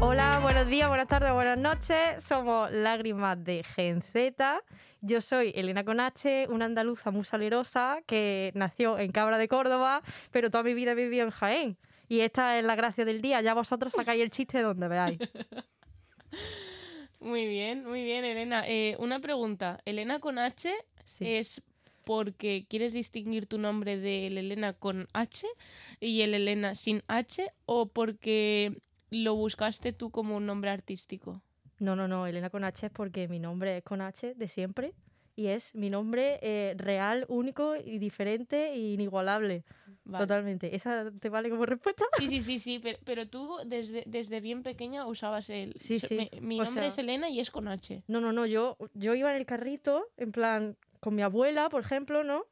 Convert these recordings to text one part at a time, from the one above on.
Hola, buenos días, buenas tardes, buenas noches. Somos Lágrimas de Gen Z. Yo soy Elena Conache, una andaluza muy salerosa que nació en Cabra de Córdoba, pero toda mi vida he vivido en Jaén. Y esta es la gracia del día. Ya vosotros sacáis el chiste de donde veáis. Muy bien, muy bien, Elena. Eh, una pregunta. ¿Elena con H Sí. es porque quieres distinguir tu nombre del Elena con H y el Elena sin H o porque lo buscaste tú como un nombre artístico? No, no, no, Elena con H es porque mi nombre es con H de siempre y es mi nombre eh, real, único y diferente e inigualable. Vale. Totalmente. ¿Esa te vale como respuesta? Sí, sí, sí, sí, pero, pero tú desde, desde bien pequeña usabas el... Sí, sí, me- mi o nombre sea- es Elena y es con H. No, no, no, yo, yo iba en el carrito, en plan, con mi abuela, por ejemplo, ¿no?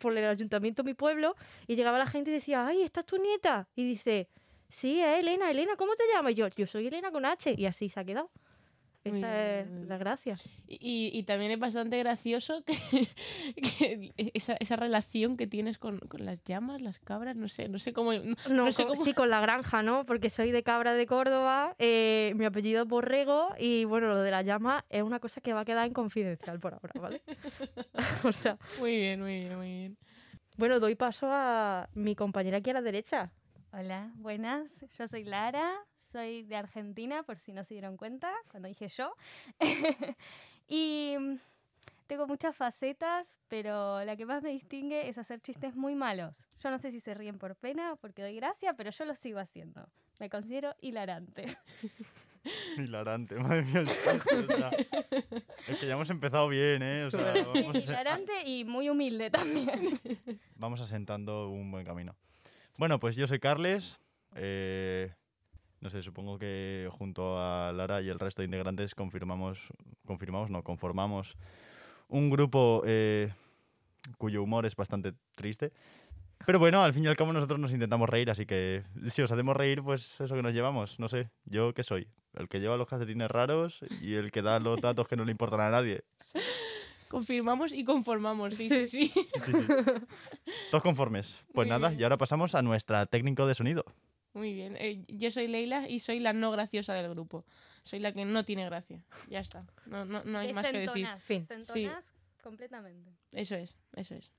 Por el ayuntamiento de mi pueblo, y llegaba la gente y decía, ay, ¿esta es tu nieta? Y dice, sí, es Elena, Elena, ¿cómo te llamas? Y yo, yo soy Elena con H, y así se ha quedado. Muy bien, Esa es muy bien. la gracia. Y, y también es bastante gracioso que, que esa, esa relación que tienes con, con las llamas, las cabras, no sé, no sé cómo... no- No, No sé con- cómo- sí, con la granja, ¿no? Porque soy de Cabra de Córdoba, eh, mi apellido es Borrego y bueno, lo de la llama es una cosa que va a quedar en confidencial por ahora, ¿vale? o sea, Muy bien, muy bien, muy bien. bueno, doy paso a mi compañera aquí a la derecha. Hola, buenas. Yo soy Lara, soy de Argentina, por si no se dieron cuenta cuando dije yo. y mm, tengo muchas facetas, pero la que más me distingue es hacer chistes muy malos. Yo no sé si se ríen por pena o porque doy gracia, pero yo lo sigo haciendo. Me considero hilarante. Hilarante, madre mía, el chiste, o sea, es que ya hemos empezado bien, ¿eh? O sea, Claro. vamos, a- hilarante y muy humilde también. vamos asentando un buen camino. Bueno, pues yo soy Carles. eh, no sé, supongo que junto a Lara y el resto de integrantes confirmamos, confirmamos, no, conformamos un grupo eh, cuyo humor es bastante triste. Pero bueno, al fin y al cabo nosotros nos intentamos reír, así que si os hacemos reír, pues eso que nos llevamos. No sé, ¿yo qué soy? El que lleva los calcetines raros y el que da los datos que no le importan a nadie. Confirmamos y conformamos, sí, sí, sí. Sí, sí. Todos conformes. Pues Muy nada, bien. y ahora pasamos a nuestra técnico de sonido. Muy bien. Eh, yo soy Leila y soy la no graciosa del grupo. Soy la que no tiene gracia. Ya está. No, no, no hay más que decir. Desentonás, Fin. desentonás completamente. Eso es, eso es.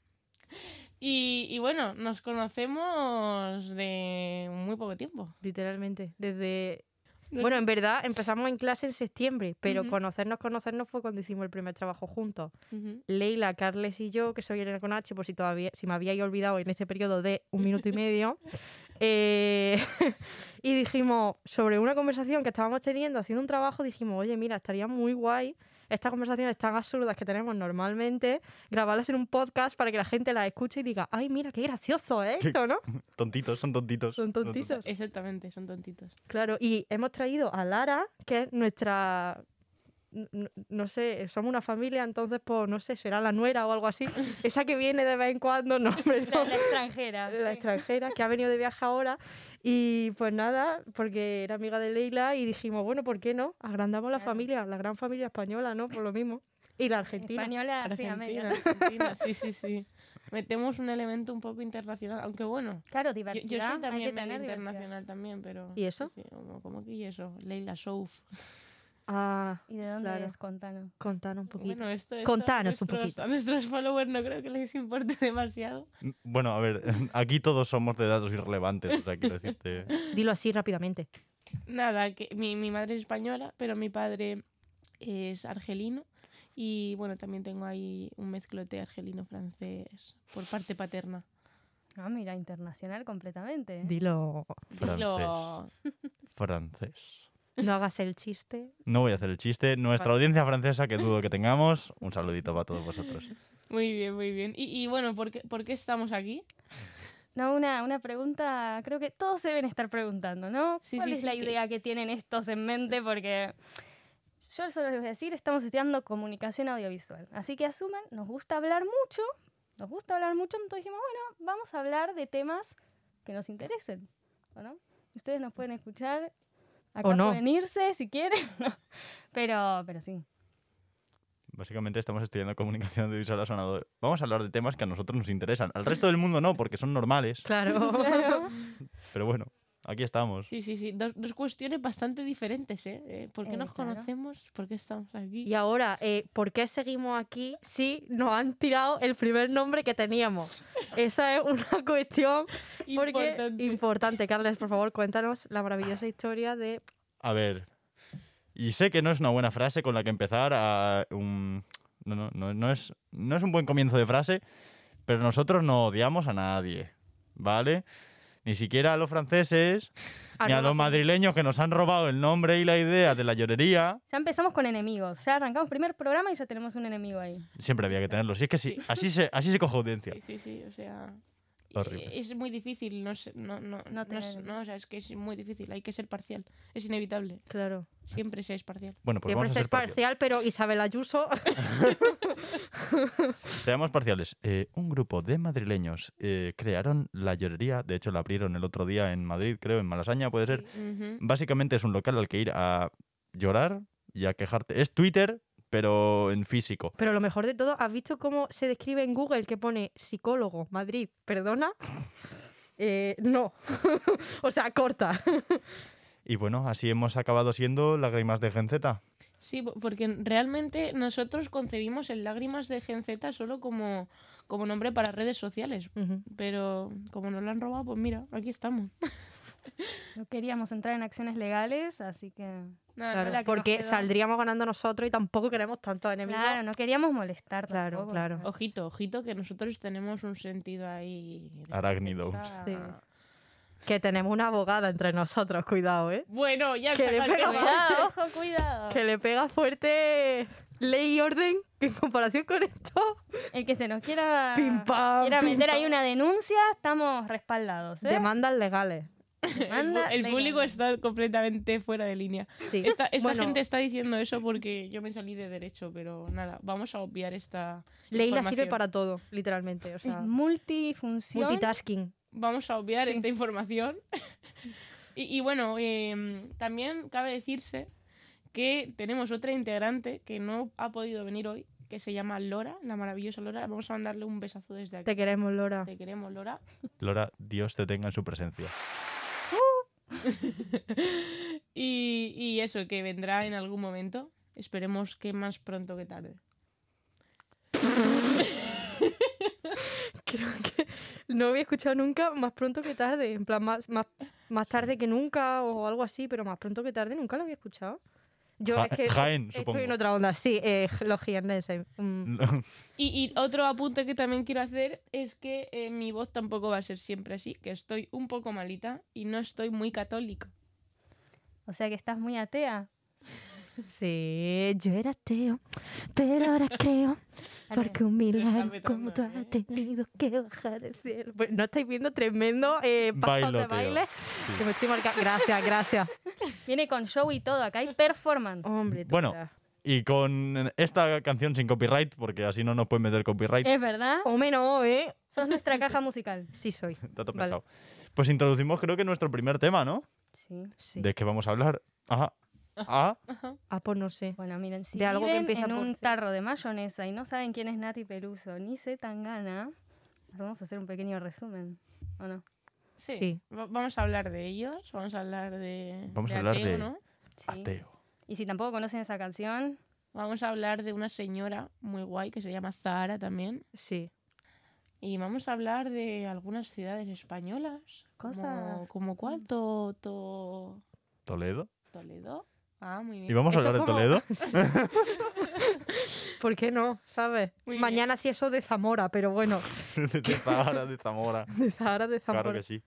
Y, y bueno, nos conocemos de muy poco tiempo. Literalmente, desde... No Bueno, en verdad empezamos en clase en septiembre, pero Ujú. conocernos, conocernos fue cuando hicimos el primer trabajo juntos. Ujú. Leila, Carles y yo, que soy Elena con H, por si todavía, si me habíais olvidado en este periodo de un minuto y medio, eh, y dijimos, sobre una conversación que estábamos teniendo, haciendo un trabajo, dijimos, oye, mira, estaría muy guay estas conversaciones tan absurdas que tenemos normalmente, grabarlas en un podcast para que la gente las escuche y diga, ay, mira, qué gracioso es Qué- esto, ¿no? Tontitos, son tontitos. Son tontitos. Exactamente, son tontitos. Claro, y hemos traído a Lara, que es nuestra. n- n- No sé, somos una familia, entonces, pues, no sé, será la nuera o algo así. Esa que viene de vez en cuando, no, La, pero. la extranjera. La sí. extranjera que ha venido de viaje ahora. Y pues nada, porque era amiga de Leila y dijimos, bueno, ¿por qué no? Agrandamos la Claro. familia, la gran familia española, ¿no? Por lo mismo. Y la argentina. eh, Española, sí, a Argentina, medias. Argentina, sí, sí, sí. Metemos un elemento un poco internacional, aunque bueno. Claro, Yo, yo diversidad. soy hay que también medio tener diversidad. internacional también, pero... ¿Y eso? sí, sí, como, como que y eso, Leila Souf. Ah, ¿Y de dónde Claro. eres? Contanos. contanos un poquito. Bueno, esto, esto Contanos a un nuestros- poquito. A nuestros followers no creo que les importe demasiado. Mm, Bueno, a ver, aquí todos somos de datos irrelevantes, o sea, quiero decirte. Dilo así rápidamente. Nada, que mi, mi madre es española, pero mi padre es argelino. Y bueno, también tengo ahí un mezclote argelino-francés por parte paterna. Ah, mira, internacional completamente. ¿eh? Dilo. Dilo. Francés. No hagas el chiste. No voy a hacer el chiste. Nuestra audiencia francesa, que dudo que tengamos, un saludito para todos vosotros. Muy bien, muy bien. Y, y bueno, ¿por qué, ¿por qué estamos aquí? No, una, una pregunta, creo que todos se deben estar preguntando, ¿no? Sí, ¿Cuál sí, es sí, la que- idea que... tienen estos en mente? Porque yo solo les voy a decir, estamos estudiando comunicación audiovisual. Así que asuman, nos gusta hablar mucho, nos gusta hablar mucho, entonces dijimos, bueno, vamos a hablar de temas que nos interesen, ¿o no? Ustedes nos pueden escuchar Acá O no. pueden irse si quieren. Pero, pero sí. Básicamente estamos estudiando comunicación audiovisual a sonador. Vamos a hablar de temas que a nosotros nos interesan. Al resto del mundo no, porque son normales. Claro. Pero bueno, aquí estamos. Sí, sí, sí. Dos, dos cuestiones bastante diferentes, ¿eh? Eh, ¿Por qué Eh, nos claro. conocemos? ¿Por qué estamos aquí? y ahora, eh, ¿por qué seguimos aquí si nos han tirado el primer nombre que teníamos? Esa es una cuestión porque- Importante. importante. Carles, por favor, cuéntanos la maravillosa historia de... A ver. Y sé que no es una buena frase con la que empezar a un- No, no, no, no es, no es un buen comienzo de frase, pero nosotros no odiamos a nadie, ¿vale? Ni siquiera a los franceses, ni a Arroba- los madrileños que nos han robado el nombre y la idea de la llorería. Ya empezamos con enemigos. Ya arrancamos primer programa y ya tenemos un enemigo ahí. Siempre había que tenerlo. Si es que sí, Sí. así se, así se coge audiencia. Sí, sí, sí, o sea... Horrible. Es muy difícil, no sé, no, no, no, tener- sé, no, o sea, es que es muy difícil, hay que ser parcial, es inevitable, Claro. siempre se es parcial. Bueno, pues Siempre vamos a ser ser parciales. parcial, pero Isabel Ayuso... Seamos parciales. Eh, un grupo de madrileños eh, crearon la llorería. De hecho, la abrieron el otro día en Madrid, creo, en Malasaña, puede ser. Ujú. Básicamente es un local al que ir a llorar y a quejarte. Es Twitter, pero en físico. Pero lo mejor de todo, ¿has visto cómo se describe en Google que pone psicólogo Madrid? ¿Perdona? Eh, no. o sea, corta. Y bueno, así hemos acabado siendo lágrimas de Gen Z. Sí, po- porque realmente nosotros concebimos el Lágrimas de Gen Z solo como, como nombre para redes sociales, pero como nos lo han robado, pues mira, aquí estamos. No queríamos entrar en acciones legales, así que. Nada, Claro, nada. que porque nos queda. saldríamos ganando nosotros y tampoco queremos tantos enemigos. Claro, no queríamos molestar. Claro, tampoco. claro. Ojito, ojito, que nosotros tenemos un sentido ahí... de Arácnido. defensa. Sí. Que tenemos una abogada entre nosotros, cuidado, ¿eh? Bueno, ya Que le saca el pega tema. Cuidado, ojo, cuidado. Que le pega fuerte ley y orden que en comparación con esto. El que se nos quiera, Pim, pam, quiera pim, meter pam. ahí una denuncia, estamos respaldados. ¿eh? Demandas legales. El, Demanda pu- el legal. público está completamente fuera de línea. Sí. Esta, esta Bueno, gente está diciendo eso porque yo me salí de derecho, pero nada, vamos a obviar esta. Ley la sirve información. para todo, literalmente. O Es sea, multifunción. multitasking. Vamos a obviar esta información. y, y bueno, eh, también cabe decirse que tenemos otra integrante que no ha podido venir hoy, que se llama Lora, la maravillosa Lora. Vamos a mandarle un besazo desde aquí. Te queremos, Lora. Te queremos, Lora. Lora, Dios te tenga en su presencia. Y, y eso, que vendrá en algún momento. Esperemos que más pronto que tarde. Creo que no había escuchado nunca más pronto que tarde. En plan, más, más, más tarde que nunca o algo así, pero más pronto que tarde nunca lo había escuchado. Yo Ja- es que Jaén, estoy supongo. en otra onda, sí, eh, los jiennenses. mm. Y, y otro apunte que también quiero hacer es que eh, mi voz tampoco va a ser siempre así, que estoy un poco malita y no estoy muy católica. O sea que estás muy atea. Sí, yo era ateo, pero ahora creo, porque un milagro petando, como tú ¿eh? has tenido que bajar del cielo. Bueno, ¿No estáis viendo tremendo eh, pasos de Bailoteo. baile? Sí. Que me estoy marcando. Gracias, gracias. Viene con show y todo. Acá hay performance. Hombre, tú Bueno. verás. Y con esta canción sin copyright, porque así no nos pueden meter Eh, copyright. Es verdad. Hombre, no, ¿eh? Sos nuestra caja musical. Sí soy, Dato vale. pensado. Pues introducimos creo que nuestro primer tema, ¿no? Sí. sí. ¿De qué vamos a hablar? Ajá. Ah, Ah, pues no sé. Bueno, miren, si De algo que viven empieza en por un C. tarro de mayonesa y no saben quién es Nati Peluso ni se tan gana, vamos a hacer un pequeño resumen. ¿O no? Sí. Sí. Va- vamos a hablar de ellos, vamos a hablar de. Vamos a hablar ateo, de- ¿no? Sí. ateo. Y si tampoco conocen esa canción, Vamos a hablar de una señora muy guay que se llama Zahara también. Sí. Y vamos a hablar de algunas ciudades españolas. como- Cosas. Como cuál? To- to- Toledo. Toledo. Ah, muy bien. ¿Y vamos a Esto hablar de como- Toledo? ¿Por qué no? ¿Sabes? Muy Mañana sí eso de Zamora, pero bueno, de Zahara, de Zamora. de Zahara de Zamora. Claro que sí.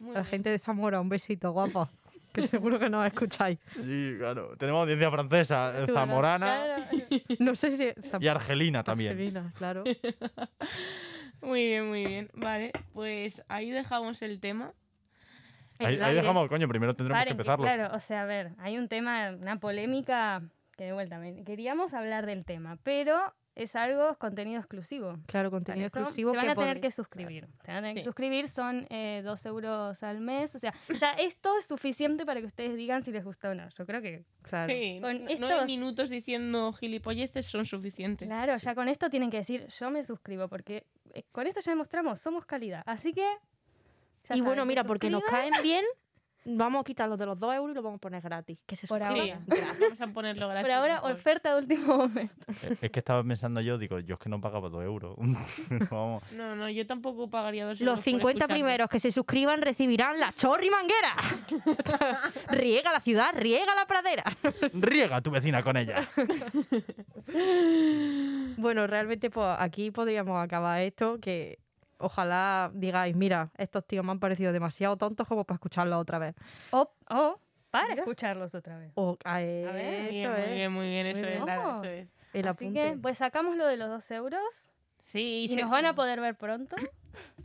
Muy La bien. gente de Zamora, un besito, guapa. Que seguro que nos escucháis. Sí, claro. Tenemos audiencia francesa, eh, Tú verás, zamorana No sé si... y argelina también. Angelina, claro. Muy bien, muy bien. Vale, pues ahí dejamos el tema. Ahí, El ahí aire. dejamos, coño, primero tendremos que paren, que, empezarlo. claro, o sea, a ver, hay un tema, una polémica que de vuelta, me- queríamos hablar del tema, pero es algo, es contenido exclusivo. Claro, contenido Para eso exclusivo. Se van que a tener podré- que suscribir. Se van a tener que Sí. suscribir, son eh, dos euros al mes. O sea, ya esto es suficiente para que ustedes digan si les gusta o no. Yo creo que. Claro. Sí, Con no- nueve estos- minutos diciendo gilipolleces son suficientes. Claro, ya con esto tienen que decir, yo me suscribo, porque eh, con esto ya demostramos, somos calidad. Así que. ya y saben, bueno, se mira, porque nos suscriben. caen bien, vamos a quitar los de los 2 euros y los vamos a poner gratis. Que se Por Sí, suscriban. ahora. vamos a ponerlo gratis. Por ahora, mejor. oferta de último momento. Eh, es que estaba pensando yo, digo, yo es que no pagaba dos euros. Vamos. No, no, yo tampoco pagaría dos euros Los por 50 escucharme. primeros que se suscriban recibirán la chorri manguera. riega la ciudad, riega la pradera. Riega a tu vecina con ella. Bueno, realmente pues aquí podríamos acabar esto, que ojalá digáis, mira, estos tíos me han parecido demasiado tontos como para escucharlos otra vez. O, o Oh, para Mira. escucharlos otra vez. O, ah, ver, Muy eso bien, es, muy bien, muy bien, eso Muy es. bien. Lara, ¿Cómo? eso es. el Así apunte. que, pues sacamos lo de los dos euros Sí, y se- nos van a poder ver pronto.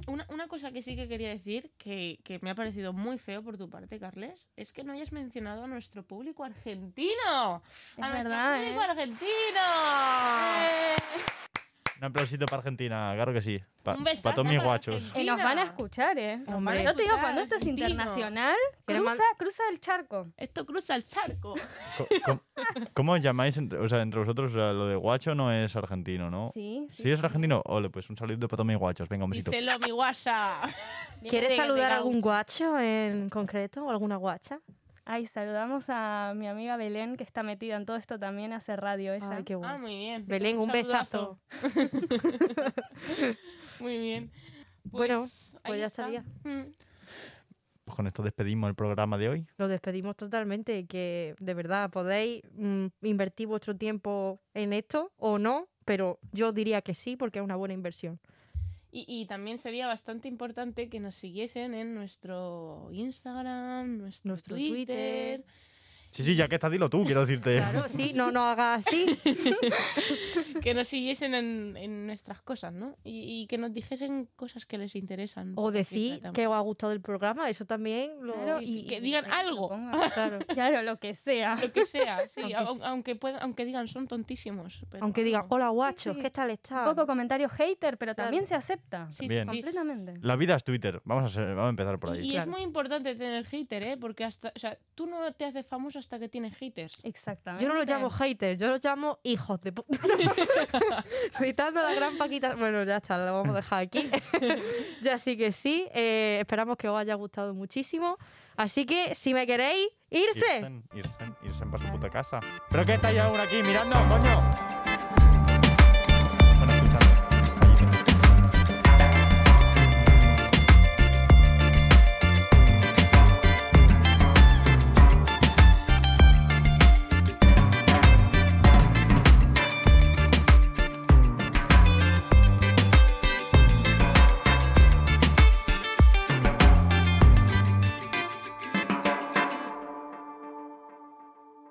Una, una cosa que sí que quería decir, que, que me ha parecido muy feo por tu parte, Carles, es que no hayas mencionado a nuestro público argentino. Es ¡A nuestro verdad, público ¿eh? argentino! Un aplausito para Argentina, claro que sí. Para Un besazo todos mis para guachos. Argentina. Y nos van a escuchar, ¿eh? Nos van a- Hombre. Yo te digo, cuando esto Escuchar, es argentino. internacional, Queremos- cruza, cruza el charco. Esto cruza el charco. Co- com- ¿Cómo os llamáis entre, o sea, entre vosotros? O sea, lo de guacho no es argentino, ¿no? Sí, Si es argentino, ole, pues un saludo para todos mis guachos. Venga, un besito. Díselo, mi guasa. Viene ¿Quieres de- de saludar a Gau. algún guacho en concreto o alguna guacha? Ay, saludamos a mi amiga Belén, que está metida en todo esto también, hace radio ella. Ay, qué Ah, bueno. muy bien. Belén, un saludazo. muy bien. Bueno, Pues, pues ahí ya está. estaría. Mm. Pues con esto despedimos el programa de hoy. Lo despedimos totalmente, que de verdad podéis mm, invertir vuestro tiempo en esto o no, pero yo diría que sí porque es una buena inversión. Y, y también sería bastante importante que nos siguiesen en nuestro Instagram, nuestro, Nuestro Twitter. Twitter. Sí, sí, ya que estás, dilo tú, quiero decirte. Claro, sí, no nos hagas así. que nos siguiesen en, en nuestras cosas, ¿no? Y, y que nos dijesen cosas que les interesan. O de las decir tratamos. que eh, os ha gustado el programa, eso también lo... Claro, y, que y- digan y lo algo. pongan. Claro. Claro, lo que sea. Lo que sea, sí. Aunque au- sí. aunque, pueda- aunque digan son tontísimos. pero Aunque digan, algo. hola guachos, sí. ¿qué tal está? Un poco comentario hater, pero Claro. también se acepta. Sí, sí, Bien. sí. Completamente. La vida es Twitter. Vamos a, ser- vamos a empezar por Y- ahí. Y, es Claro. muy importante tener hater, ¿eh? Porque hasta, o sea, tú no te haces famoso hasta que tienes haters. Exactamente. Yo no los llamo haters, yo los llamo hijos de puta. Citando a la gran Paquita. Bueno, ya está, lo vamos a dejar aquí. ya sí que sí. eh, esperamos que os haya gustado muchísimo. Así que, si me queréis, irse. Irsen, irsen, irsen para su puta casa. ¿Pero qué estáis aún aquí mirando, coño?